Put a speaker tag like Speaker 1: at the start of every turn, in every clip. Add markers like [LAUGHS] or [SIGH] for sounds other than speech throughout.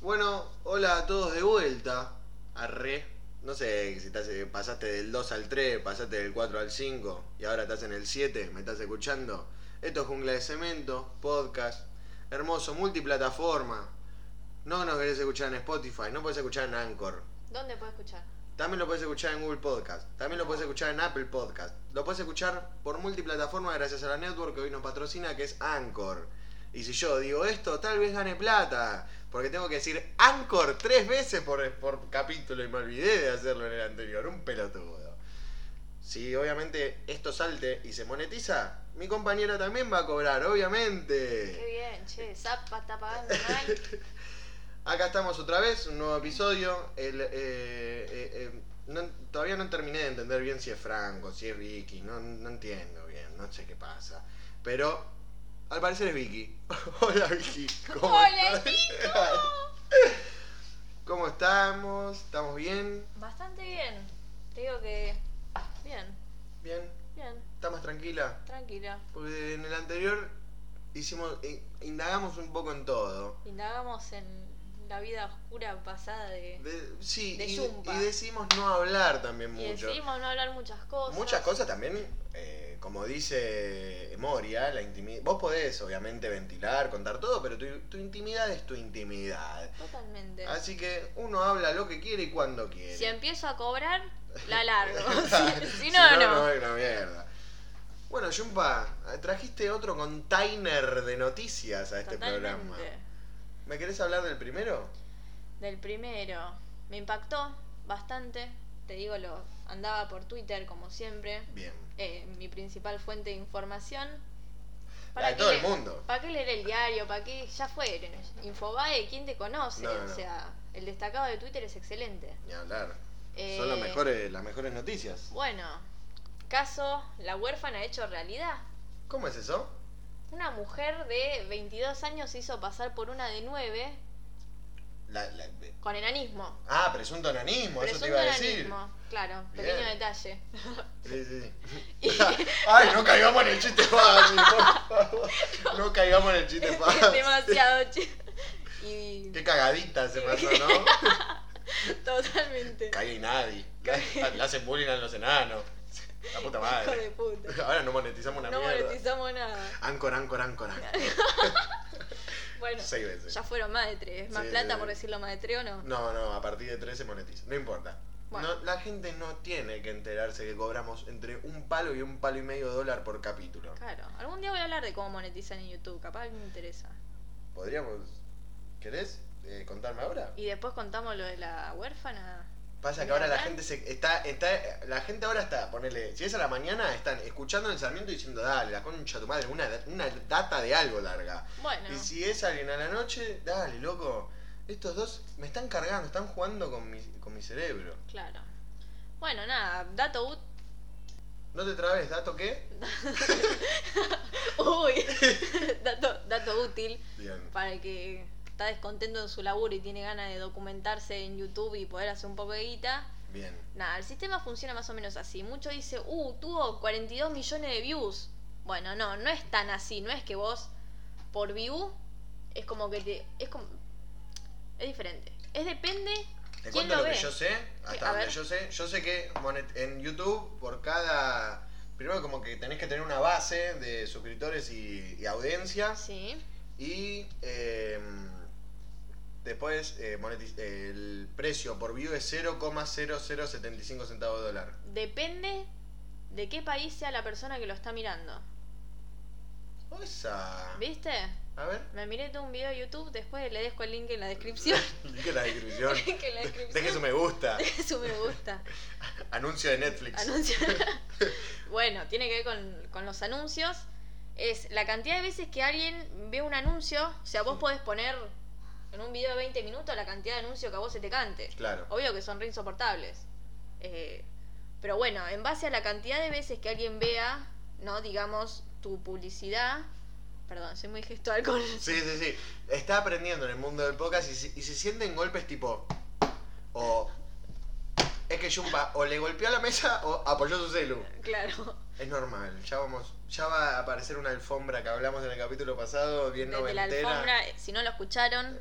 Speaker 1: Bueno, hola a todos de vuelta. Arre. No sé si estás- eh, pasaste del 2 al 3, pasaste del 4 al 5 y ahora estás en el 7, me estás escuchando. Esto es Jungla de Cemento, podcast, hermoso, multiplataforma. No nos querés escuchar en Spotify, no podés escuchar en Anchor.
Speaker 2: ¿Dónde puedo escuchar?
Speaker 1: También lo podés escuchar en Google Podcast, también lo podés escuchar en Apple Podcast. Lo podés escuchar por multiplataforma gracias a la network que hoy nos patrocina, que es Anchor. Y si yo digo esto, tal vez gane plata, porque tengo que decir Anchor tres veces por, por capítulo y me olvidé de hacerlo en el anterior, un pelotudo. Si obviamente esto salte y se monetiza, mi compañera también va a cobrar, obviamente.
Speaker 2: Qué bien, che, Zappa está pagando mal.
Speaker 1: Acá estamos otra vez, un nuevo episodio. El, eh, eh, eh, no- todavía no terminé de entender bien si es Franco, si es Vicky, no, no entiendo bien, no sé qué pasa. Pero al parecer es Vicky. [LAUGHS] Hola Vicky, ¿cómo
Speaker 2: ¡Hola,
Speaker 1: estás?
Speaker 2: Nico!
Speaker 1: [LAUGHS] ¿Cómo estamos? ¿Estamos bien?
Speaker 2: Bastante bien. Te digo que. Bien,
Speaker 1: ¿Bien?
Speaker 2: bien,
Speaker 1: ¿Está más tranquila?
Speaker 2: tranquila.
Speaker 1: Porque en el anterior hicimos, eh, indagamos un poco en todo.
Speaker 2: Indagamos en la vida oscura pasada de.
Speaker 1: De- sí,
Speaker 2: De
Speaker 1: y,
Speaker 2: Yumpa.
Speaker 1: y decidimos no hablar también
Speaker 2: Y
Speaker 1: mucho.
Speaker 2: decidimos no hablar muchas cosas.
Speaker 1: Muchas cosas también, eh, como dice Moria, la intimidad. Vos podés, obviamente, ventilar, contar todo, pero tu, tu intimidad es tu intimidad.
Speaker 2: Totalmente.
Speaker 1: Así que uno habla lo que quiere y cuando quiere. [LAUGHS]
Speaker 2: Si empiezo a cobrar, la largo. [LAUGHS] si, si
Speaker 1: Ah, Si
Speaker 2: no,
Speaker 1: no,
Speaker 2: no.
Speaker 1: es una mierda. Bueno, Jumpa, trajiste otro container de noticias a este programa.
Speaker 2: Totalmente.
Speaker 1: ¿Me querés hablar del primero?
Speaker 2: Del primero. Me impactó bastante. Te digo, lo andaba por Twitter como siempre.
Speaker 1: Bien.
Speaker 2: eh, mi principal fuente de información.
Speaker 1: La de
Speaker 2: qué
Speaker 1: todo el
Speaker 2: le-
Speaker 1: mundo.
Speaker 2: ¿Para qué leer el diario? ¿Para qué? Ya fue. Infobae, ¿quién te conoce?
Speaker 1: No, no.
Speaker 2: O sea, el destacado de Twitter es excelente.
Speaker 1: Ni hablar.
Speaker 2: Eh,
Speaker 1: Son los mejores, las mejores noticias.
Speaker 2: Bueno, caso, la huérfana hecho realidad.
Speaker 1: ¿Cómo es eso?
Speaker 2: Una mujer de 22 años se hizo pasar por una de 9
Speaker 1: La- la,
Speaker 2: con enanismo.
Speaker 1: Ah, presunto nanismo, eso te iba a decir.
Speaker 2: enanismo, claro,
Speaker 1: Bien. [LAUGHS]
Speaker 2: pequeño detalle.
Speaker 1: Sí, sí,
Speaker 2: Y-
Speaker 1: sí. [LAUGHS] Ay, no caigamos en el chiste fácil, por favor. No caigamos en el chiste
Speaker 2: Este
Speaker 1: fácil.
Speaker 2: [LAUGHS] Demasiado, che. Y
Speaker 1: Qué cagadita se pasó, ¿no?
Speaker 2: totalmente.
Speaker 1: Cae nadie. Le hacen bullying a los enanos. La puta
Speaker 2: Hijo de
Speaker 1: madre. [LAUGHS]
Speaker 2: puta.
Speaker 1: Ahora no monetizamos una
Speaker 2: No
Speaker 1: mierda.
Speaker 2: monetizamos nada.
Speaker 1: Ancor, ancor, ancor, ancor.
Speaker 2: Bueno,
Speaker 1: Seis veces.
Speaker 2: ya fueron más de tres. Más
Speaker 1: Sí,
Speaker 2: plata,
Speaker 1: sí,
Speaker 2: por
Speaker 1: sí.
Speaker 2: decirlo más de tres o no.
Speaker 1: No, no, a partir de 13 monetiza. No importa.
Speaker 2: Bueno.
Speaker 1: No, la gente no tiene que enterarse que cobramos entre un palo y un palo y medio dólar por capítulo.
Speaker 2: Claro. Algún día voy a hablar de cómo monetizan en YouTube. Capaz me interesa.
Speaker 1: Podríamos. ¿Querés eh, contarme ahora?
Speaker 2: Y después contamos lo de la huérfana.
Speaker 1: Pasa que ahora la gente se está, está, la gente ahora está, ponele, si es a la mañana, están escuchando el sarmiento y diciendo, dale, la concha de tu madre, una, una data de algo larga.
Speaker 2: Bueno,
Speaker 1: Y si es alguien a la noche, dale, loco, estos dos me están cargando, están jugando con mi, con mi cerebro.
Speaker 2: claro. Bueno, nada. Dato ut.
Speaker 1: ¿No te trabes, dato qué?
Speaker 2: [LAUGHS] Uy. dato, dato útil
Speaker 1: Bien.
Speaker 2: para el que está descontento en su laburo y tiene ganas de documentarse en YouTube y poder hacer un poco de guita.
Speaker 1: Bien.
Speaker 2: Nada, el sistema funciona más o menos así. Mucho dice, uh, tuvo 42 millones de views. Bueno, no, no es tan así. No es que vos, por view, es como que te. Es como. Es diferente. Es depende.
Speaker 1: Te
Speaker 2: ¿Quién
Speaker 1: cuento
Speaker 2: lo
Speaker 1: lo, que
Speaker 2: ve?
Speaker 1: yo sé,
Speaker 2: Sí,
Speaker 1: hasta
Speaker 2: a
Speaker 1: donde
Speaker 2: ver.
Speaker 1: yo sé. Yo sé que monet- en YouTube, por cada. Primero, como que tenés que tener una base de suscriptores y, y audiencia.
Speaker 2: Sí.
Speaker 1: Y eh, después eh, monetiz- eh, el precio por view es 0,0075 centavos de dólar.
Speaker 2: Depende de qué país sea la persona que lo está mirando.
Speaker 1: Oh, Esa.
Speaker 2: ¿Viste?
Speaker 1: A ver.
Speaker 2: Me miré todo un video de YouTube, después le dejo el link en la
Speaker 1: [LAUGHS]
Speaker 2: descripción.
Speaker 1: Link en la descripción.
Speaker 2: [LAUGHS] Link en la descripción.
Speaker 1: Deje
Speaker 2: [LAUGHS]
Speaker 1: su me gusta.
Speaker 2: Eso me gusta.
Speaker 1: Anuncio de Netflix.
Speaker 2: Anuncio. [LAUGHS] bueno, tiene que ver con, con los anuncios. Es la cantidad de veces que alguien ve un anuncio. O sea, vos podés poner en un video de 20 minutos la cantidad de anuncios que a vos se te cante.
Speaker 1: Claro.
Speaker 2: Obvio que son re insoportables. Eh, pero bueno, en base a la cantidad de veces que alguien vea, ¿no? Digamos, tu publicidad. Perdón, soy muy gestual con.
Speaker 1: Sí, sí, sí. Está aprendiendo en el mundo del podcast y se, y se sienten golpes tipo. O. Es que Jumpa o le golpeó la mesa o apoyó su celu.
Speaker 2: [LAUGHS] Claro.
Speaker 1: Es normal, ya vamos, ya va a aparecer una alfombra que hablamos en el capítulo pasado, bien
Speaker 2: Desde la eh,
Speaker 1: noventera. [LAUGHS]
Speaker 2: alfombra, si no lo escucharon,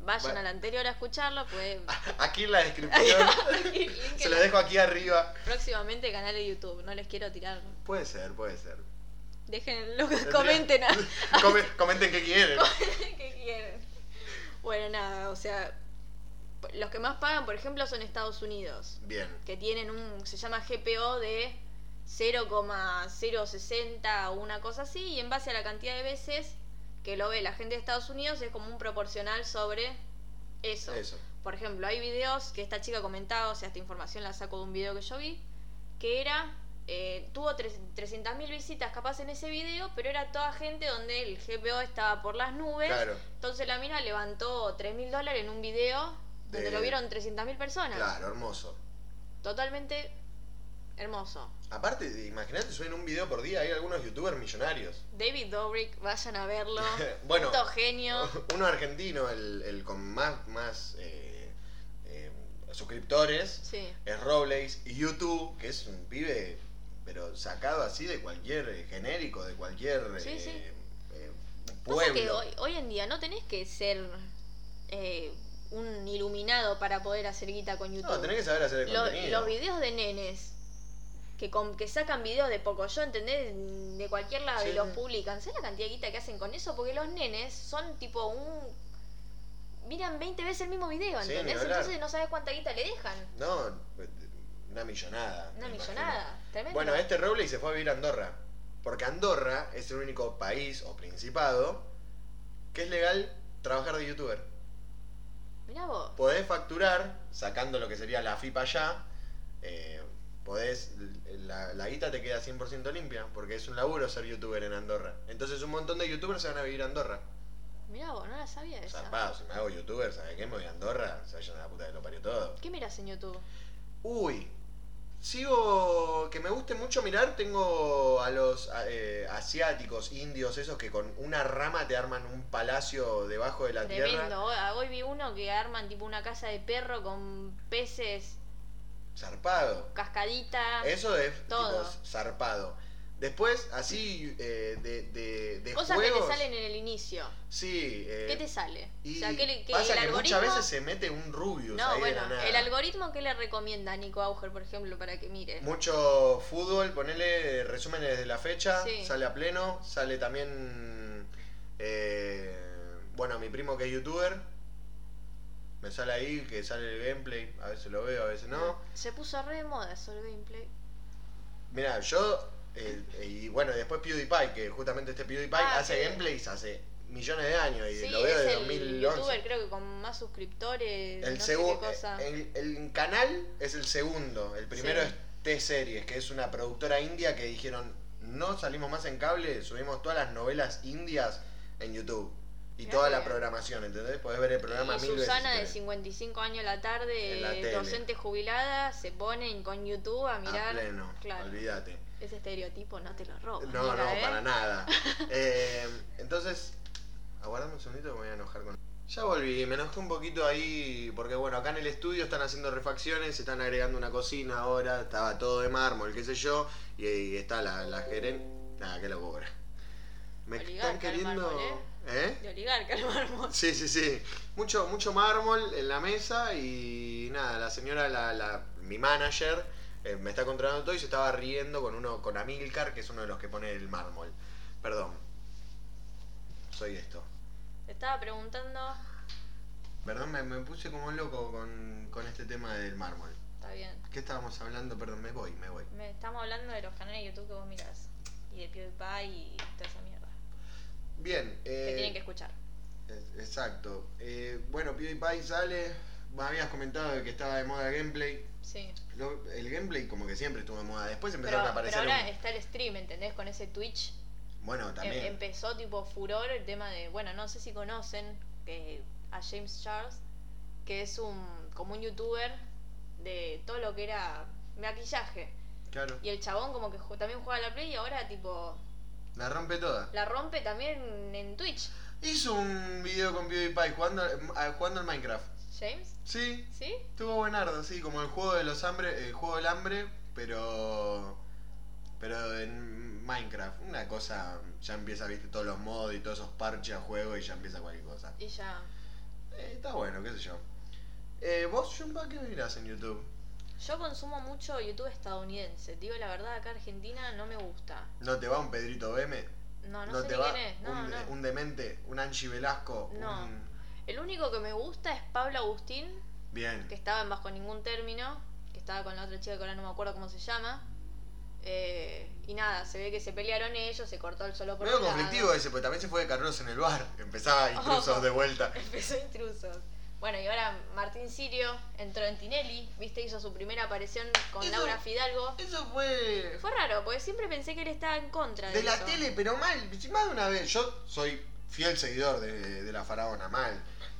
Speaker 2: Vayan
Speaker 1: Va-
Speaker 2: al anterior a escucharlo,
Speaker 1: [LAUGHS]
Speaker 2: pues
Speaker 1: [LAUGHS]
Speaker 2: [LAUGHS]
Speaker 1: Aquí en la descripción.
Speaker 2: Aquí, link
Speaker 1: se
Speaker 2: en
Speaker 1: lo
Speaker 2: la-
Speaker 1: dejo aquí arriba.
Speaker 2: próximamente canal de YouTube. No les quiero tirar.
Speaker 1: Puede ser, puede ser.
Speaker 2: Déjenlo,
Speaker 1: [LAUGHS]
Speaker 2: comenten a-
Speaker 1: Come- comenten qué
Speaker 2: [LAUGHS]
Speaker 1: quieren.
Speaker 2: ¿Qué quieren? Bueno, nada, o sea, los que más pagan, por ejemplo, son Estados Unidos,
Speaker 1: Bien.
Speaker 2: que tienen un, se llama GPO de 0,060 o una cosa así, y en base a la cantidad de veces que lo ve la gente de Estados Unidos es como un proporcional sobre eso.
Speaker 1: Eso.
Speaker 2: Por ejemplo, hay videos que esta chica comentaba, o sea, esta información la saco de un video que yo vi, que era, eh, tuvo tres- 300.000 visitas capaz en ese video, pero era toda gente donde el GPO estaba por las nubes.
Speaker 1: Claro,
Speaker 2: Entonces la mina levantó 3.000 dólares en un video
Speaker 1: De-
Speaker 2: donde lo vieron 300.000 personas.
Speaker 1: claro, hermoso.
Speaker 2: Totalmente hermoso.
Speaker 1: Aparte, imagínate, suben un video por día. Hay algunos youtubers millonarios.
Speaker 2: David Dobrik, vayan a verlo.
Speaker 1: [LAUGHS] Bueno.
Speaker 2: Puto genio.
Speaker 1: [LAUGHS] Uno argentino, el, el con más, más eh, eh, suscriptores,
Speaker 2: Sí.
Speaker 1: es Robles. Y YouTube, que es un pibe, pero sacado así de cualquier eh, genérico, de cualquier
Speaker 2: Sí,
Speaker 1: eh,
Speaker 2: sí.
Speaker 1: eh,
Speaker 2: Pasa
Speaker 1: pueblo.
Speaker 2: que hoy, hoy en día no tenés que ser eh, un iluminado para poder hacer guita con YouTube.
Speaker 1: No, tenés que saber hacer el
Speaker 2: Lo-
Speaker 1: contenido.
Speaker 2: los videos de nenes que, con- que sacan videos de Pocoyo, ¿entendés? De cualquier lado
Speaker 1: Sí,
Speaker 2: y los
Speaker 1: sí.
Speaker 2: publican. ¿Sabés la cantidad de guita que hacen con eso? Porque los nenes son tipo un. Miran 20 veces el mismo video,
Speaker 1: Sí, ni
Speaker 2: ¿entendés?
Speaker 1: hablar.
Speaker 2: Entonces no sabes cuánta guita le dejan.
Speaker 1: No, eh, una millonada.
Speaker 2: Una
Speaker 1: me imagino.
Speaker 2: millonada. Tremendo.
Speaker 1: Bueno, este Robles se fue a vivir a Andorra. Porque Andorra es el único país o principado que es legal trabajar de youtuber.
Speaker 2: Mirá vos.
Speaker 1: Podés facturar, sacando lo que sería la FIPA allá, eh, podés, la, la guita te queda 100% limpia, porque es un laburo ser youtuber en Andorra. Entonces un montón de youtubers se van a vivir a Andorra.
Speaker 2: Mirá vos, no la sabía esa.
Speaker 1: Zarpado, si me hago youtuber, ¿sabes qué? Me voy a Andorra, se vayan a la puta que lo parió todo.
Speaker 2: ¿Qué miras en YouTube?
Speaker 1: Uy, sigo que me guste mucho mirar. Tengo a los a- eh, asiáticos, indios, esos que con una rama te arman un palacio debajo de la tierra.
Speaker 2: Tremendo. Hoy, Ah, hoy vi uno que arman tipo una casa de perro con peces,
Speaker 1: Zarpado.
Speaker 2: cascadita.
Speaker 1: Eso es
Speaker 2: Todo.
Speaker 1: tipo zarpado. Después, así eh, de, de, de
Speaker 2: Cosas que
Speaker 1: juegos.
Speaker 2: te salen en el inicio.
Speaker 1: Sí, eh,
Speaker 2: ¿Qué te sale?
Speaker 1: y
Speaker 2: ¿qué le- qué
Speaker 1: pasa
Speaker 2: el
Speaker 1: que muchas
Speaker 2: algoritmo-
Speaker 1: veces se mete un Rubius
Speaker 2: No,
Speaker 1: ahí de
Speaker 2: bueno,
Speaker 1: la nada.
Speaker 2: el algoritmo que le recomienda a Nico Auger, por ejemplo, para que mire.
Speaker 1: Mucho fútbol, ponele eh, resúmenes de la fecha,
Speaker 2: Sí.
Speaker 1: sale a pleno, sale también, eh, bueno, mi primo que es youtuber, me sale ahí, que sale el gameplay, a veces lo veo, a veces no.
Speaker 2: Se puso re de moda eso el gameplay.
Speaker 1: Mira, yo, eh, y bueno, después PewDiePie, que justamente este PewDiePie
Speaker 2: Ah,
Speaker 1: hace
Speaker 2: sí.
Speaker 1: gameplays hace millones de años y
Speaker 2: sí,
Speaker 1: lo veo
Speaker 2: es
Speaker 1: de
Speaker 2: el
Speaker 1: 2011.
Speaker 2: youtuber creo que con más
Speaker 1: El
Speaker 2: suscriptores, no sé qué
Speaker 1: segundo, eh,
Speaker 2: cosa.
Speaker 1: el, el canal es el segundo. El primero
Speaker 2: Sí.
Speaker 1: es T-Series, que es una productora india que dijeron, no salimos más en cable, subimos todas las novelas indias en YouTube. Y
Speaker 2: Mirá
Speaker 1: toda
Speaker 2: qué
Speaker 1: la
Speaker 2: bien.
Speaker 1: programación, ¿entendés? Podés ver el programa
Speaker 2: y
Speaker 1: mil veces.
Speaker 2: Susana
Speaker 1: si
Speaker 2: de
Speaker 1: querés.
Speaker 2: 55 años a la
Speaker 1: En la
Speaker 2: tarde,
Speaker 1: tele.
Speaker 2: docente jubilada, se pone con YouTube a
Speaker 1: A
Speaker 2: mirar.
Speaker 1: pleno,
Speaker 2: claro.
Speaker 1: olvídate.
Speaker 2: Ese estereotipo no te lo robo.
Speaker 1: No, no, para ¿eh? [LAUGHS] nada. Eh, entonces, aguardame un segundito que me voy a enojar con... Ya volví, me enojé un poquito ahí porque bueno, acá en el estudio están haciendo refacciones, están agregando una cocina ahora, estaba todo de mármol, qué sé yo, y, ahí está la, la gerente... Nada, qué locura. Me están
Speaker 2: Oligarca el
Speaker 1: queriendo...
Speaker 2: mármol,
Speaker 1: ¿Eh?
Speaker 2: De oligarca, el mármol.
Speaker 1: Sí, sí, sí. Mucho, mucho mármol en la mesa y nada, la señora, la, la- mi manager, eh, me está controlando todo y se estaba riendo con uno, con Amilcar, que es uno de los que pone el mármol. Perdón. Soy esto.
Speaker 2: Te estaba preguntando.
Speaker 1: Perdón, me, me puse como loco con, con este tema del mármol.
Speaker 2: Está bien.
Speaker 1: ¿Qué estábamos hablando? Perdón, me voy, me voy.
Speaker 2: Me estamos hablando de los canales de YouTube que vos mirás. Y de PewDiePie y toda esa mierda.
Speaker 1: Bien.
Speaker 2: que
Speaker 1: eh,
Speaker 2: tienen que escuchar.
Speaker 1: Es- Exacto. Eh, bueno, PewDiePie sale. Vos Habías comentado que estaba de moda gameplay.
Speaker 2: Sí.
Speaker 1: Lo- el gameplay como que siempre estuvo de moda. Después
Speaker 2: Pero,
Speaker 1: empezaron a
Speaker 2: pero
Speaker 1: aparecer...
Speaker 2: ahora
Speaker 1: un-
Speaker 2: está el stream, ¿entendés? Con ese Twitch.
Speaker 1: Bueno, también.
Speaker 2: Em- empezó tipo furor el tema de, bueno, no sé si conocen que a James Charles, que es un como un youtuber de todo lo que era maquillaje.
Speaker 1: Claro.
Speaker 2: Y el chabón como que ju- también juega a la Play y ahora tipo
Speaker 1: La rompe toda.
Speaker 2: la rompe también en Twitch.
Speaker 1: Hizo un video con PewDiePie jugando, eh, a- jugando al Minecraft.
Speaker 2: James,
Speaker 1: Sí,
Speaker 2: ¿sí?
Speaker 1: estuvo buenardo, sí, como el juego de los hambre, el juego del hambre, pero pero en Minecraft, una cosa, ya empieza, viste, todos los mods y todos esos parches a juego y ya empieza cualquier cosa.
Speaker 2: Y ya.
Speaker 1: Eh, está bueno, qué sé yo. Eh, ¿Vos, Jumba, qué mirás en YouTube?
Speaker 2: Yo consumo mucho YouTube estadounidense. Te Digo, la verdad, acá Argentina no me gusta.
Speaker 1: ¿No te va un Pedrito Beme?
Speaker 2: No, no,
Speaker 1: ¿No
Speaker 2: sé
Speaker 1: te
Speaker 2: ni
Speaker 1: va
Speaker 2: quién es. No,
Speaker 1: un,
Speaker 2: no.
Speaker 1: un demente? ¿Un Angie Velasco?
Speaker 2: No.
Speaker 1: Un...
Speaker 2: El único que me gusta es Pablo Agustín,
Speaker 1: Bien.
Speaker 2: que estaba en Bajo Ningún Término, que estaba con la otra chica que ahora no me acuerdo cómo se llama. Eh, y nada, se ve que se pelearon ellos, se cortó el solo por
Speaker 1: Medio
Speaker 2: un lado.
Speaker 1: conflictivo eh. ese, porque también se fue de Carlos en el bar. Empezaba intrusos
Speaker 2: Ojo.
Speaker 1: de vuelta.
Speaker 2: [LAUGHS] Empezó intrusos. Bueno, y ahora Martín Sirio entró en Tinelli, viste, hizo su primera aparición con
Speaker 1: Eso-
Speaker 2: Laura Fidalgo.
Speaker 1: Eso fue.
Speaker 2: Fue raro, porque siempre pensé que él estaba en contra de,
Speaker 1: De la
Speaker 2: eso.
Speaker 1: tele, pero mal. Más de una vez. Yo soy fiel seguidor de, de la faraona, mal.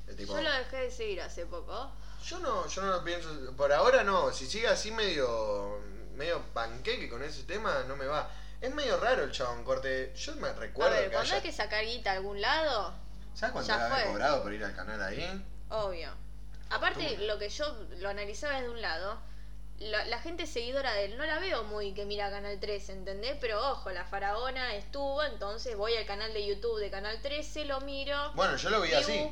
Speaker 1: Eh, tipo,
Speaker 2: Yo lo dejé de seguir hace poco.
Speaker 1: Yo no, yo no lo pienso. Por ahora no. Si sigue así medio. medio panqueque con ese tema, no me va. Es medio raro el chabón corte. Yo me
Speaker 2: A
Speaker 1: recuerdo
Speaker 2: ver,
Speaker 1: que
Speaker 2: cuando
Speaker 1: haya.
Speaker 2: hay que sacar guita a algún lado,
Speaker 1: ¿Sabes cuánto
Speaker 2: ya
Speaker 1: le había
Speaker 2: fue.
Speaker 1: cobrado por ir al canal ahí?
Speaker 2: Obvio. Aparte,
Speaker 1: Tú.
Speaker 2: lo que yo lo analizaba desde un lado, la, la gente seguidora de él no la veo muy que mira Canal 13, ¿entendés? Pero ojo, la faraona estuvo, entonces voy al canal de YouTube de Canal 13, lo miro.
Speaker 1: Bueno, yo lo vi
Speaker 2: view,
Speaker 1: así.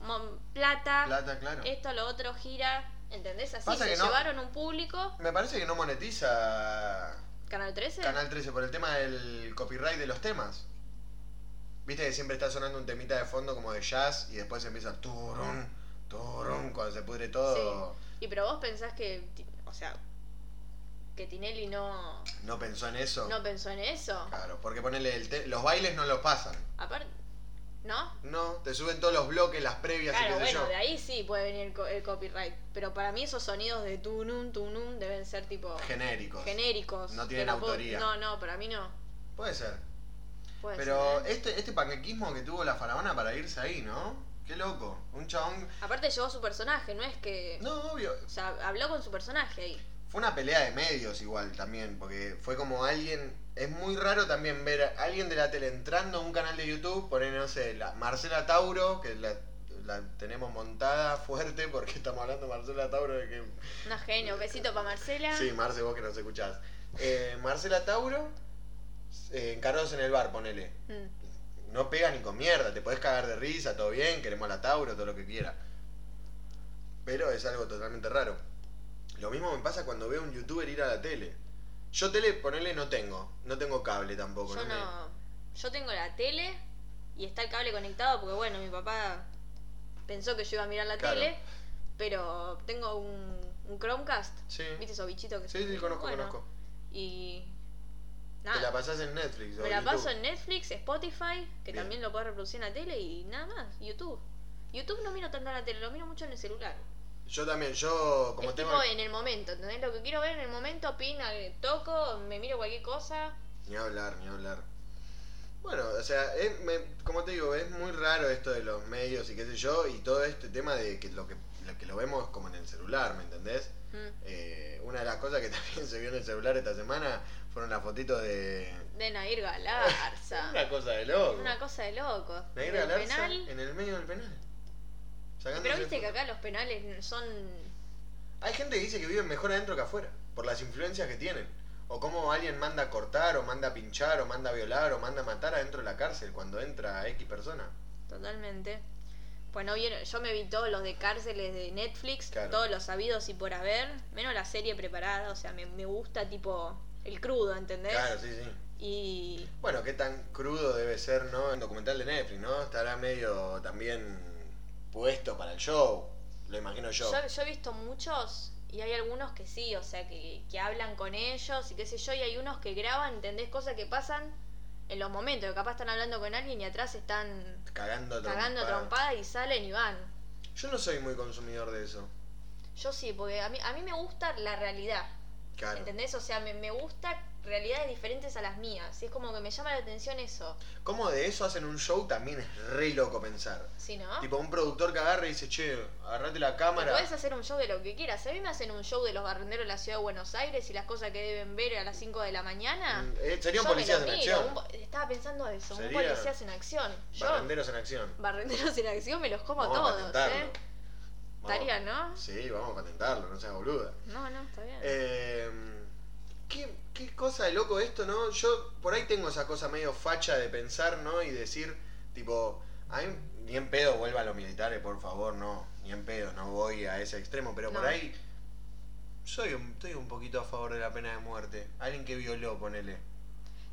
Speaker 2: mon- plata,
Speaker 1: Plata, claro.
Speaker 2: esto, lo otro, gira, ¿entendés? Así
Speaker 1: Pasa
Speaker 2: se
Speaker 1: que no-
Speaker 2: llevaron un público.
Speaker 1: Me parece que no monetiza.
Speaker 2: ¿Canal 13?
Speaker 1: Canal 13 por el tema del copyright de los temas. Viste que siempre está sonando un temita de fondo como de jazz y después empieza turun,
Speaker 2: Mm.
Speaker 1: turun, cuando se pudre todo.
Speaker 2: Y pero vos pensás que, ti- o sea, que Tinelli no,
Speaker 1: ¿No pensó en eso?
Speaker 2: no pensó en eso.
Speaker 1: Claro, porque ponele el te- los bailes no los pasan.
Speaker 2: Aparte, ¿no?
Speaker 1: No, te suben todos los bloques, las previas
Speaker 2: Claro,
Speaker 1: y qué sé
Speaker 2: bueno,
Speaker 1: yo.
Speaker 2: de ahí sí puede venir el, co- el copyright. Pero para mí esos sonidos de tunum, tunum deben ser tipo
Speaker 1: Genéricos.
Speaker 2: genéricos.
Speaker 1: No
Speaker 2: que
Speaker 1: tienen
Speaker 2: puedo-
Speaker 1: autoría.
Speaker 2: No, no, para mí no.
Speaker 1: Puede ser.
Speaker 2: Puede
Speaker 1: Pero
Speaker 2: ser, ¿eh?
Speaker 1: este, este panquequismo que tuvo la faraona para irse ahí, ¿no? Qué loco. Un chabón.
Speaker 2: Aparte llevó su personaje, no es que...
Speaker 1: No, obvio.
Speaker 2: O sea, habló con su personaje ahí.
Speaker 1: Fue una pelea de medios igual también, porque fue como alguien, es muy raro también ver a alguien de la tele entrando a un canal de YouTube, poner, no sé, la Marcela Tauro, que la, la tenemos montada [LAUGHS] fuerte porque estamos hablando de Marcela Tauro de que...
Speaker 2: Una genio. Besito para Marcela.
Speaker 1: Sí, Marce, vos que nos escuchás. Eh, Marcela Tauro, eh, encargados en el bar, ponele.
Speaker 2: Mm.
Speaker 1: No pega ni con mierda, te podés cagar de risa, todo bien, queremos a la Tauro, todo lo que quiera. Pero es algo totalmente raro. Lo mismo me pasa cuando veo a un youtuber ir a la tele. Yo tele, ponele, no tengo. No tengo cable tampoco.
Speaker 2: Yo
Speaker 1: no me-
Speaker 2: no... Yo tengo la tele y está el cable conectado porque, bueno, mi papá pensó que yo iba a mirar la
Speaker 1: Claro.
Speaker 2: tele. Pero tengo un, un Chromecast.
Speaker 1: Sí.
Speaker 2: ¿Viste esos bichitos que
Speaker 1: Sí, sí, conozco,
Speaker 2: Bueno,
Speaker 1: conozco.
Speaker 2: Y.
Speaker 1: Te la
Speaker 2: Nada.
Speaker 1: pasás en Netflix. o
Speaker 2: Me la
Speaker 1: YouTube.
Speaker 2: paso en Netflix, Spotify, que
Speaker 1: Bien.
Speaker 2: también lo puedo reproducir en la tele y nada más. YouTube. YouTube no miro tanto en la tele, lo miro mucho en el celular.
Speaker 1: Yo también, yo como
Speaker 2: es
Speaker 1: tengo.
Speaker 2: tipo en el momento, ¿entendés? Lo que quiero ver en el momento, pina, toco, me miro cualquier cosa.
Speaker 1: Ni hablar, ni hablar. Bueno, o sea, es- me- como te digo, es muy raro esto de los medios y qué sé yo, y todo este tema de que lo que, lo que lo vemos como en el celular, ¿me entendés?
Speaker 2: Mm.
Speaker 1: Eh, una de las cosas que [LAUGHS] también se vio en el celular esta semana fueron las fotitos de...
Speaker 2: De Nair
Speaker 1: [LAUGHS]
Speaker 2: Galarza.
Speaker 1: Una cosa de loco.
Speaker 2: Una cosa de loco.
Speaker 1: Nair
Speaker 2: Del
Speaker 1: Galarza
Speaker 2: penal.
Speaker 1: en el medio del penal. Sacándose
Speaker 2: Pero viste que
Speaker 1: fotos.
Speaker 2: acá los penales son.
Speaker 1: Hay gente que dice que viven mejor adentro que afuera, por las influencias que tienen. O cómo alguien manda a cortar, o manda a pinchar, o manda a violar, o manda a matar adentro de la cárcel cuando entra X persona.
Speaker 2: Totalmente. Bueno, vieron, yo me vi todos los de cárceles de Netflix,
Speaker 1: Claro.
Speaker 2: todos los sabidos y por haber, menos la serie preparada, o sea, me, me gusta tipo el crudo, ¿entendés?
Speaker 1: Claro, sí, sí.
Speaker 2: Y
Speaker 1: Bueno, qué tan crudo debe ser, ¿no? El documental de Netflix, ¿no? Estará medio también puesto para el show, lo imagino yo.
Speaker 2: yo, yo he visto muchos y hay algunos que sí, o sea, que, que hablan con ellos y qué sé yo, y hay unos que graban, ¿entendés? Cosas que pasan en los momentos, que capaz están hablando con alguien y atrás están
Speaker 1: Cagando trompada.
Speaker 2: cagando trompada y salen y van.
Speaker 1: Yo no soy muy consumidor de eso.
Speaker 2: Yo sí, porque a mí, a mí me gusta la realidad.
Speaker 1: Claro.
Speaker 2: ¿Entendés? O sea, me, me gusta realidades diferentes a las mías. Y es como que me llama la atención eso.
Speaker 1: Cómo de eso hacen un show también es re loco pensar.
Speaker 2: ¿Sí, no?
Speaker 1: Tipo un productor que agarra y dice, che, agarrate la cámara.
Speaker 2: Puedes ¿Ah? hacer un show de lo que quieras. A mí me hacen un show de los barrenderos de la ciudad de Buenos Aires y las cosas que deben ver a las 5 de la mañana.
Speaker 1: Mm, eh, serían
Speaker 2: Yo me
Speaker 1: policías
Speaker 2: lo
Speaker 1: en
Speaker 2: miro,
Speaker 1: acción.
Speaker 2: un po- Estaba pensando eso, un
Speaker 1: Sería-
Speaker 2: policías en acción. Yo,
Speaker 1: Barrenderos en acción.
Speaker 2: barrenderos [LAUGHS] en acción, me los como
Speaker 1: Vamos a
Speaker 2: todos,
Speaker 1: patentarlo.
Speaker 2: ¿eh?
Speaker 1: Vamos.
Speaker 2: Estaría, ¿no?
Speaker 1: Sí, vamos a patentarlo, no seas boluda.
Speaker 2: No, no, está bien.
Speaker 1: Eh, ¿qué, qué cosa de loco esto, ¿no? Yo por ahí tengo esa cosa medio facha de pensar, ¿no? Y decir, tipo, a mí ni en pedo vuelva a los militares, por favor, no. Ni en pedo, no voy a ese extremo. Pero por
Speaker 2: No.
Speaker 1: ahí soy un- estoy un poquito a favor de la pena de muerte. Alguien que violó, ponele.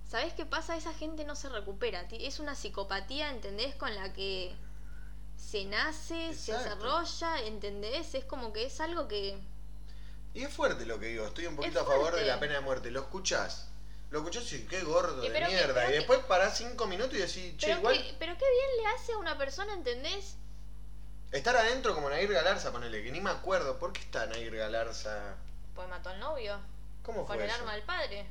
Speaker 2: ¿Sabés qué pasa? Esa gente no se recupera. ti- Es una psicopatía, ¿entendés? Con la que se nace, se
Speaker 1: Exacto.
Speaker 2: desarrolla, ¿entendés? Es como que es algo que...
Speaker 1: Y es fuerte lo que digo, estoy un poquito
Speaker 2: Es
Speaker 1: a favor de
Speaker 2: fuerte.
Speaker 1: la pena de muerte. Lo escuchás. Lo escuchás y qué gordo
Speaker 2: Y
Speaker 1: de
Speaker 2: pero que-
Speaker 1: mierda.
Speaker 2: pero
Speaker 1: y
Speaker 2: que-
Speaker 1: después parás cinco minutos y decís, che,
Speaker 2: pero,
Speaker 1: igual.
Speaker 2: qué, pero qué bien le hace a una persona, ¿entendés?
Speaker 1: Estar adentro como Nair Galarza, ponele, que ni me acuerdo. ¿Por qué está Nair Galarza?
Speaker 2: Pues mató al novio.
Speaker 1: ¿Cómo fue
Speaker 2: Con el
Speaker 1: eso?
Speaker 2: arma del padre.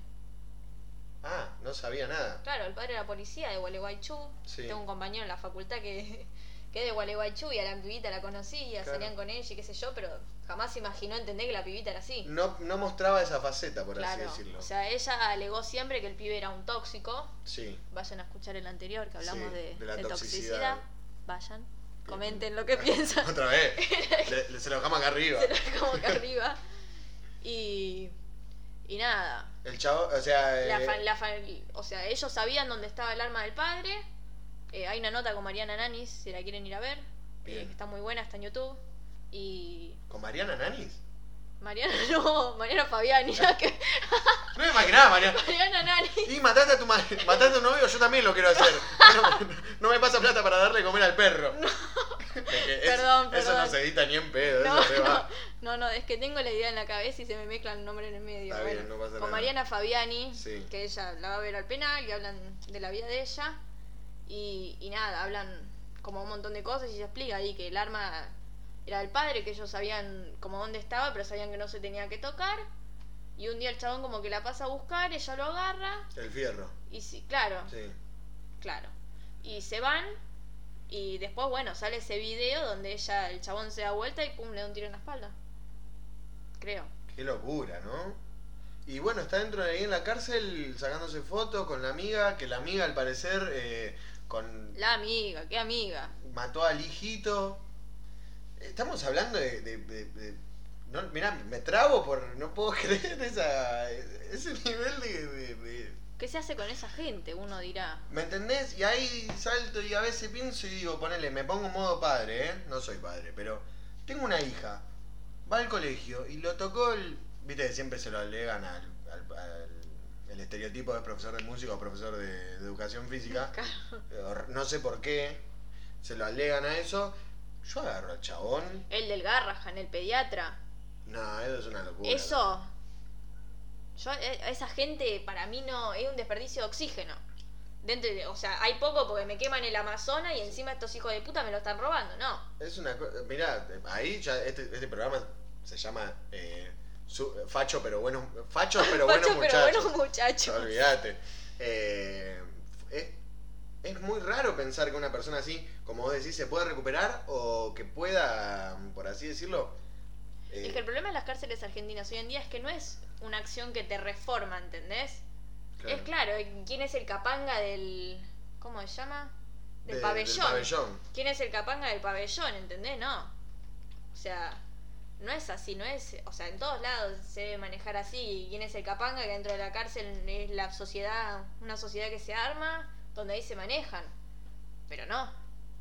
Speaker 1: Ah, no sabía nada.
Speaker 2: Claro, el padre era policía de Gualeguaychú.
Speaker 1: Sí.
Speaker 2: Tengo un compañero en la facultad que, que es de Gualeguaychú y a la pibita la conocía,
Speaker 1: Claro.
Speaker 2: salían con ella y qué sé yo, pero jamás se imaginó entender que la pibita era así.
Speaker 1: No, no mostraba esa faceta, por así
Speaker 2: claro.
Speaker 1: decirlo.
Speaker 2: O sea, ella alegó siempre que el pibe era un tóxico.
Speaker 1: sí. [LAUGHS]
Speaker 2: Vayan a escuchar el anterior que hablamos
Speaker 1: Sí,
Speaker 2: de,
Speaker 1: de la
Speaker 2: de
Speaker 1: toxicidad.
Speaker 2: toxicidad. Vayan, comenten
Speaker 1: [LAUGHS]
Speaker 2: lo que piensan. [LAUGHS]
Speaker 1: Otra vez. Le- le- se lo dejamos acá arriba.
Speaker 2: Se lo- como que arriba. Y, y nada.
Speaker 1: El chavo, o sea.
Speaker 2: La
Speaker 1: eh,
Speaker 2: fa- la fa- o sea, ellos sabían dónde estaba el arma del padre. Eh, hay una nota con Mariana Nanis, si la quieren ir a ver. Eh,
Speaker 1: Bien.
Speaker 2: está muy buena, está en YouTube. Y.
Speaker 1: ¿Con Mariana Nanis?
Speaker 2: Mariana, [LAUGHS] no, Mariana Fabiani. [LAUGHS] nada que-
Speaker 1: No me imaginaba, Mariana.
Speaker 2: Mariana Nanis.
Speaker 1: Y mataste a tu ma- mataste a tu novio, yo también lo quiero hacer. No, no me pasa plata para darle de comer al perro. Es que es-
Speaker 2: Perdón,
Speaker 1: Eso no
Speaker 2: perdón.
Speaker 1: se edita ni en pedo,
Speaker 2: No,
Speaker 1: eso se
Speaker 2: [LAUGHS] no,
Speaker 1: va.
Speaker 2: no, no, es que tengo la idea en la cabeza y se me mezcla el nombre en el medio.
Speaker 1: Está bien, no pasa
Speaker 2: con
Speaker 1: nada.
Speaker 2: Mariana Fabiani,
Speaker 1: Sí.
Speaker 2: que ella la va a ver al penal y hablan de la vida de ella. Y, y nada, hablan como un montón de cosas y ella explica ahí que el arma era del padre, que ellos sabían como dónde estaba, pero sabían que no se tenía que tocar. Y un día el chabón como que la pasa a buscar, ella lo agarra
Speaker 1: El fierro,
Speaker 2: y sí, claro,
Speaker 1: sí.
Speaker 2: Claro. Y se van. Y después, bueno, sale ese video donde ella, el chabón se da vuelta y pum, le da un tiro en la espalda. Creo.
Speaker 1: Qué locura, ¿no? Y bueno, está dentro de ahí en la cárcel sacándose fotos con la amiga, que la amiga al parecer eh, con
Speaker 2: La amiga, qué amiga.
Speaker 1: mató al hijito. Estamos hablando de. de- de- de- no, mirá, me trabo por. No puedo [LAUGHS] creer esa, ese nivel de- de- de,
Speaker 2: ¿Qué se hace con esa gente? Uno dirá.
Speaker 1: ¿Me entendés? Y ahí salto y a veces pienso y digo, ponele, me pongo en modo padre, ¿eh? No soy padre, pero tengo una hija, va al colegio y lo tocó el... Viste que siempre se lo alegan al, al- al- el estereotipo de profesor de música o profesor de, de educación física. O No sé por qué, se lo alegan a eso. Yo agarro al chabón.
Speaker 2: El del Garrahan, el pediatra.
Speaker 1: No, eso es una locura.
Speaker 2: Eso. Yo, eh, esa gente para mí no es un desperdicio de oxígeno. Dentro de- o sea, hay poco porque me queman el Amazonas y encima estos hijos de puta me lo están robando. No.
Speaker 1: Es una cosa. Mirá, ahí ya este, este programa se llama eh, su- Facho, pero buenos. [LAUGHS] Facho, pero buenos
Speaker 2: Facho, pero
Speaker 1: muchachos.
Speaker 2: buenos muchachos.
Speaker 1: Olvídate. Eh, es, es muy raro pensar que una persona así, como vos decís, se pueda recuperar o que pueda, por así decirlo. eh,
Speaker 2: Es que el problema de las cárceles argentinas hoy en día es que no es una acción que te reforma, ¿entendés?
Speaker 1: claro,
Speaker 2: Es claro, ¿quién es el capanga del. ¿Cómo se llama? Del
Speaker 1: de-
Speaker 2: pabellón.
Speaker 1: pabellón.
Speaker 2: ¿Quién es el capanga del pabellón, ¿entendés? No. O sea, no es así, no es. O sea, en todos lados se debe manejar así. ¿Y quién es el capanga que dentro de la cárcel es la sociedad, una sociedad que se arma, donde ahí se manejan? Pero no.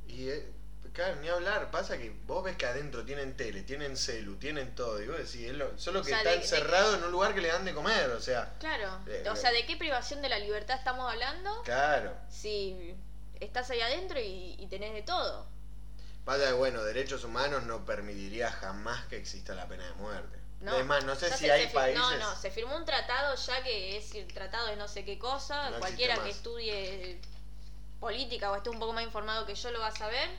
Speaker 1: Y eh, claro, ni hablar, pasa que vos ves que adentro tienen tele, tienen celu, tienen todo, y vos decís, es lo- solo
Speaker 2: O
Speaker 1: que
Speaker 2: sea,
Speaker 1: está
Speaker 2: de- de-
Speaker 1: encerrado en un lugar que le dan de comer, o sea,
Speaker 2: Claro.
Speaker 1: Eh,
Speaker 2: O sea, ¿de qué privación de la libertad estamos hablando?
Speaker 1: claro.
Speaker 2: si estás ahí adentro y, y tenés de todo.
Speaker 1: Pasa que, bueno, derechos humanos no permitiría jamás que exista la pena de muerte.
Speaker 2: No.
Speaker 1: Es más, no sé
Speaker 2: Ya
Speaker 1: si
Speaker 2: se-
Speaker 1: hay
Speaker 2: se fir-
Speaker 1: países.
Speaker 2: No, no, se firmó un tratado ya que es el tratado de no sé qué cosa.
Speaker 1: No
Speaker 2: Cualquiera
Speaker 1: existe
Speaker 2: que
Speaker 1: más.
Speaker 2: estudie política o esté un poco más informado que yo lo va a saber.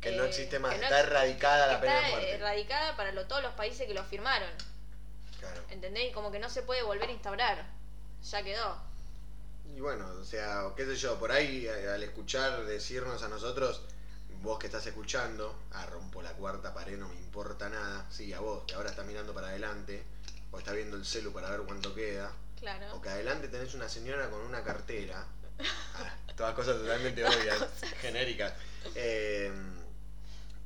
Speaker 1: que no
Speaker 2: eh,
Speaker 1: existe más,
Speaker 2: que no
Speaker 1: está
Speaker 2: existe-
Speaker 1: erradicada la
Speaker 2: que
Speaker 1: pena
Speaker 2: está
Speaker 1: de muerte.
Speaker 2: erradicada para lo- todos los países que lo firmaron.
Speaker 1: Claro.
Speaker 2: ¿Entendés? Y como que no se puede volver a instaurar. Ya quedó.
Speaker 1: Y bueno, o sea, qué sé yo, por ahí a- al escuchar decirnos a nosotros, vos que estás escuchando, ah, rompo la cuarta pared, no me importa nada. Sí, a vos, que ahora estás mirando para adelante, o estás viendo el celu para ver cuánto queda, o
Speaker 2: Claro.
Speaker 1: que adelante tenés una señora con una cartera. Ah, todas cosas totalmente obvias, genéricas. Eh,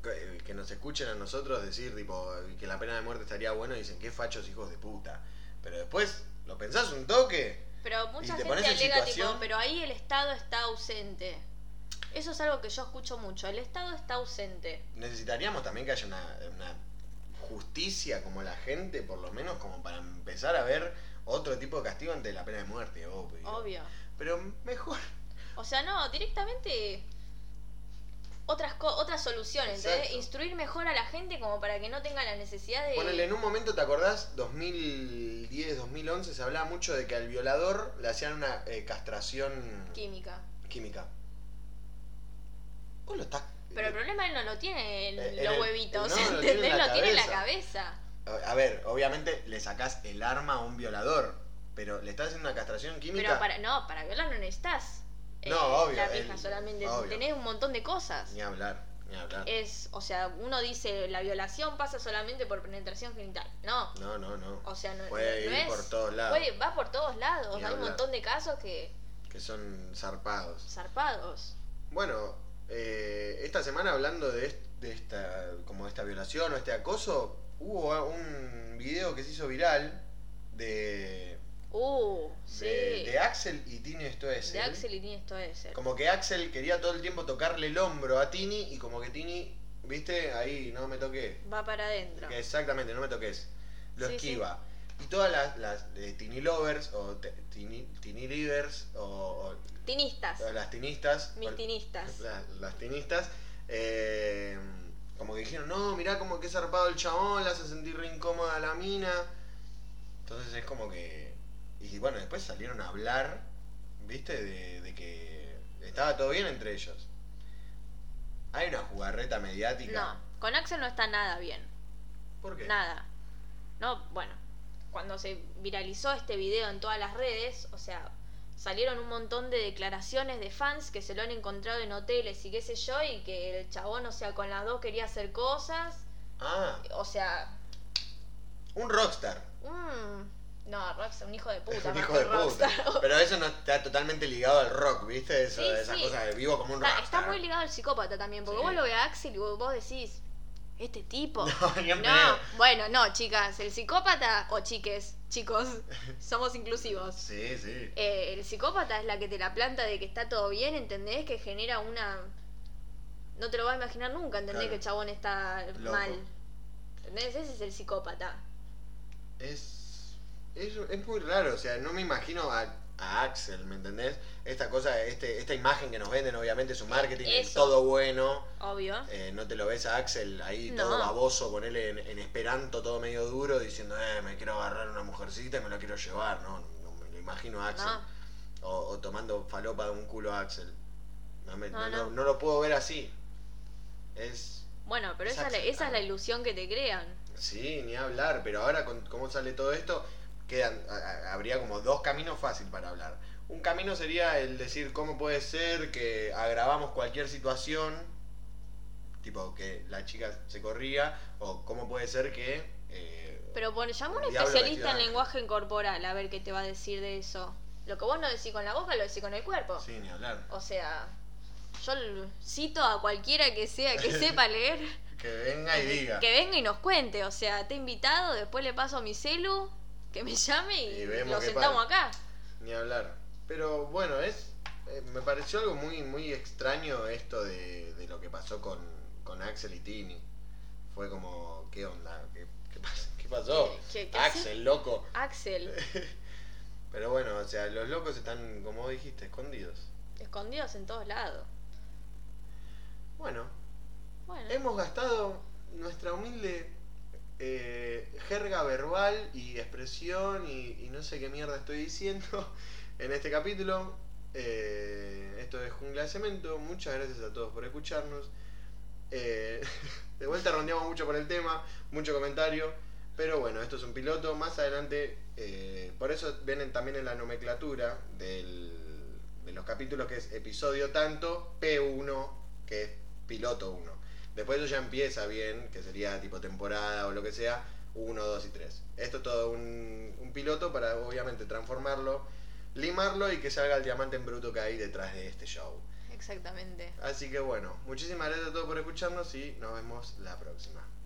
Speaker 1: que- eh, que nos escuchen a nosotros decir tipo que la pena de muerte estaría bueno y dicen qué fachos hijos de puta. Pero después, ¿lo pensás un toque?
Speaker 2: Pero mucha
Speaker 1: te
Speaker 2: gente
Speaker 1: pones en
Speaker 2: alega, tipo,
Speaker 1: situación-
Speaker 2: pero ahí el Estado está ausente. Eso es algo que yo escucho mucho. El Estado está ausente.
Speaker 1: Necesitaríamos también que haya una, una justicia como la gente, por lo menos como para empezar a ver otro tipo de castigo ante la pena de muerte, obvio.
Speaker 2: Obvio.
Speaker 1: Pero mejor.
Speaker 2: O sea, no, directamente otras co- otras soluciones, ¿entendés?
Speaker 1: Exacto.
Speaker 2: Instruir mejor a la gente como para que no tenga la necesidad de
Speaker 1: Ponele, en un momento, ¿te acordás? 2010, 2011 se hablaba mucho de que al violador le hacían una eh, castración
Speaker 2: química.
Speaker 1: química. Vos lo estás...
Speaker 2: Pero el problema él no lo tiene en
Speaker 1: Eh, en
Speaker 2: los
Speaker 1: el-
Speaker 2: huevitos,
Speaker 1: no, lo tiene en
Speaker 2: ¿entendés?
Speaker 1: la
Speaker 2: Lo tiene en la
Speaker 1: cabeza.
Speaker 2: cabeza.
Speaker 1: A ver, obviamente le sacás el arma a un violador, pero le estás haciendo una castración química...
Speaker 2: Pero para no, para violar no necesitas. eh,
Speaker 1: No, obvio,
Speaker 2: La pija
Speaker 1: el-
Speaker 2: solamente
Speaker 1: obvio.
Speaker 2: tenés un montón de cosas.
Speaker 1: Ni hablar, ni hablar.
Speaker 2: Es, o sea, uno dice la violación pasa solamente por penetración genital. No.
Speaker 1: No, no, no.
Speaker 2: O sea, no,
Speaker 1: Puede
Speaker 2: no
Speaker 1: ir
Speaker 2: es-
Speaker 1: por todos lados.
Speaker 2: puede- va por todos lados.
Speaker 1: Ni
Speaker 2: Hay un
Speaker 1: hablar.
Speaker 2: montón de casos que
Speaker 1: Que son zarpados.
Speaker 2: zarpados.
Speaker 1: Bueno, eh, esta semana hablando de, est- de esta como de esta violación o este acoso, hubo a- un video que se hizo viral de
Speaker 2: Uh,
Speaker 1: de,
Speaker 2: sí.
Speaker 1: de Axel y Tini esto es.
Speaker 2: De Axel y Tini esto debe ser.
Speaker 1: Como que Axel quería todo el tiempo tocarle el hombro a Tini y como que Tini, viste, ahí no me toqué.
Speaker 2: Va para adentro.
Speaker 1: Que Exactamente, no me toques. Lo
Speaker 2: Sí,
Speaker 1: esquiva. Y todas las, las de Tini Lovers o te- Tini, tini Livers o,
Speaker 2: Tinistas.
Speaker 1: o- o las tinistas.
Speaker 2: Mis
Speaker 1: o-
Speaker 2: tinistas.
Speaker 1: la- las tenistas, eh, como que dijeron, no, mirá como que zarpado el chabón, la hace sentir re incómoda la mina. Entonces es como que... Y bueno, después salieron a hablar, viste, de, de que estaba todo bien entre ellos. Hay una jugarreta mediática.
Speaker 2: No, con Axel no está nada bien.
Speaker 1: ¿Por qué?
Speaker 2: Nada. No, bueno, cuando se viralizó este video en todas las redes, o sea, salieron un montón de declaraciones de fans que se lo han encontrado en hoteles y qué sé yo, y que el chabón, o sea, con las dos quería hacer cosas,
Speaker 1: Ah,
Speaker 2: o sea,
Speaker 1: un rockstar.
Speaker 2: mm, no, Rockstar, un hijo de
Speaker 1: Es
Speaker 2: puta,
Speaker 1: un [LAUGHS]
Speaker 2: más
Speaker 1: hijo
Speaker 2: que
Speaker 1: de puta.
Speaker 2: Rockstar. [LAUGHS]
Speaker 1: Pero eso no está totalmente ligado al rock, ¿viste? Eso,
Speaker 2: Sí,
Speaker 1: esa
Speaker 2: sí.
Speaker 1: cosa de vivo como un
Speaker 2: Está,
Speaker 1: rockstar.
Speaker 2: está muy ligado al psicópata también, porque
Speaker 1: Sí.
Speaker 2: vos lo ves a Axel y vos vos decís, este tipo.
Speaker 1: [LAUGHS] No, ni en
Speaker 2: No,
Speaker 1: pedo.
Speaker 2: bueno, no, chicas, el psicópata, o chiques, chicos, [LAUGHS] somos inclusivos.
Speaker 1: Sí, sí.
Speaker 2: Eh, el psicópata es la que te la planta de que está todo bien, ¿entendés? Que genera una... No te lo vas a imaginar nunca, ¿entendés?
Speaker 1: Claro.
Speaker 2: Que el chabón está
Speaker 1: Loco.
Speaker 2: mal. ¿Entendés? Ese es el psicópata.
Speaker 1: es, es, es muy raro, o sea, no me imagino a, a Axel, ¿me entendés? Esta cosa, este, esta imagen que nos venden, obviamente, su marketing, el
Speaker 2: Eso.
Speaker 1: todo bueno.
Speaker 2: Obvio.
Speaker 1: eh, no te lo ves a Axel ahí
Speaker 2: No.
Speaker 1: todo baboso, ponerle en, en esperanto, todo medio duro, diciendo, eh, me quiero agarrar una mujercita y me la quiero llevar, ¿no? No me lo imagino a Axel.
Speaker 2: No.
Speaker 1: O, o tomando falopa de un culo a Axel. No, me-
Speaker 2: No,
Speaker 1: no- no-
Speaker 2: no.
Speaker 1: no lo puedo ver así. Es.
Speaker 2: Bueno, pero
Speaker 1: Es
Speaker 2: esa, es la-
Speaker 1: Axel, ah.
Speaker 2: esa es
Speaker 1: claro.
Speaker 2: la ilusión que te crean.
Speaker 1: Sí, ni hablar, pero ahora con cómo sale todo esto, quedan, a- a- habría como dos caminos fácil para hablar. Un camino sería el decir cómo puede ser que agravamos cualquier situación, tipo que la chica se corría, o cómo puede ser que... eh,
Speaker 2: Pero bueno, llama a un
Speaker 1: El diablo vestido
Speaker 2: especialista
Speaker 1: de
Speaker 2: en
Speaker 1: ángel.
Speaker 2: lenguaje corporal a ver qué te va a decir de eso. Lo que vos no decís con la boca, lo decís con el cuerpo.
Speaker 1: sí, ni hablar.
Speaker 2: O sea, yo l- cito a cualquiera que
Speaker 1: [LAUGHS]
Speaker 2: sea que sepa leer,
Speaker 1: Que venga y diga.
Speaker 2: que venga y nos cuente. O sea, te he invitado, después le paso mi celu, que me llame y,
Speaker 1: Y vemos
Speaker 2: lo
Speaker 1: qué
Speaker 2: sentamos acá.
Speaker 1: Ni hablar. Pero bueno, es eh, me pareció algo muy muy extraño esto de, de lo que pasó con, con Axel y Tini. Fue como, ¿qué onda? ¿Qué, qué pas- [LAUGHS] qué pasó?
Speaker 2: ¿Qué- qué- qué
Speaker 1: Axel,
Speaker 2: hace?
Speaker 1: loco.
Speaker 2: Axel,
Speaker 1: Pero bueno, o sea, los locos están, como dijiste, escondidos.
Speaker 2: escondidos en todos lados.
Speaker 1: Bueno,
Speaker 2: Bueno,
Speaker 1: hemos gastado nuestra humilde eh, jerga verbal y expresión y, y no sé qué mierda estoy diciendo [LAUGHS] en este capítulo. Eh, esto es Jungla de Cemento. Muchas gracias a todos por escucharnos. Eh, [LAUGHS] de vuelta rondeamos mucho por el tema, mucho comentario. Pero bueno, esto es un piloto. Más adelante, eh, por eso vienen también en la nomenclatura del- de los capítulos que es episodio tanto, P1, que es piloto 1. Después eso ya empieza bien, que sería tipo temporada o lo que sea, 1, 2 y 3. Esto es todo un, un piloto para obviamente transformarlo, limarlo y que salga el diamante en bruto que hay detrás de este show.
Speaker 2: exactamente.
Speaker 1: Así que bueno, muchísimas gracias a todos por escucharnos y nos vemos la próxima.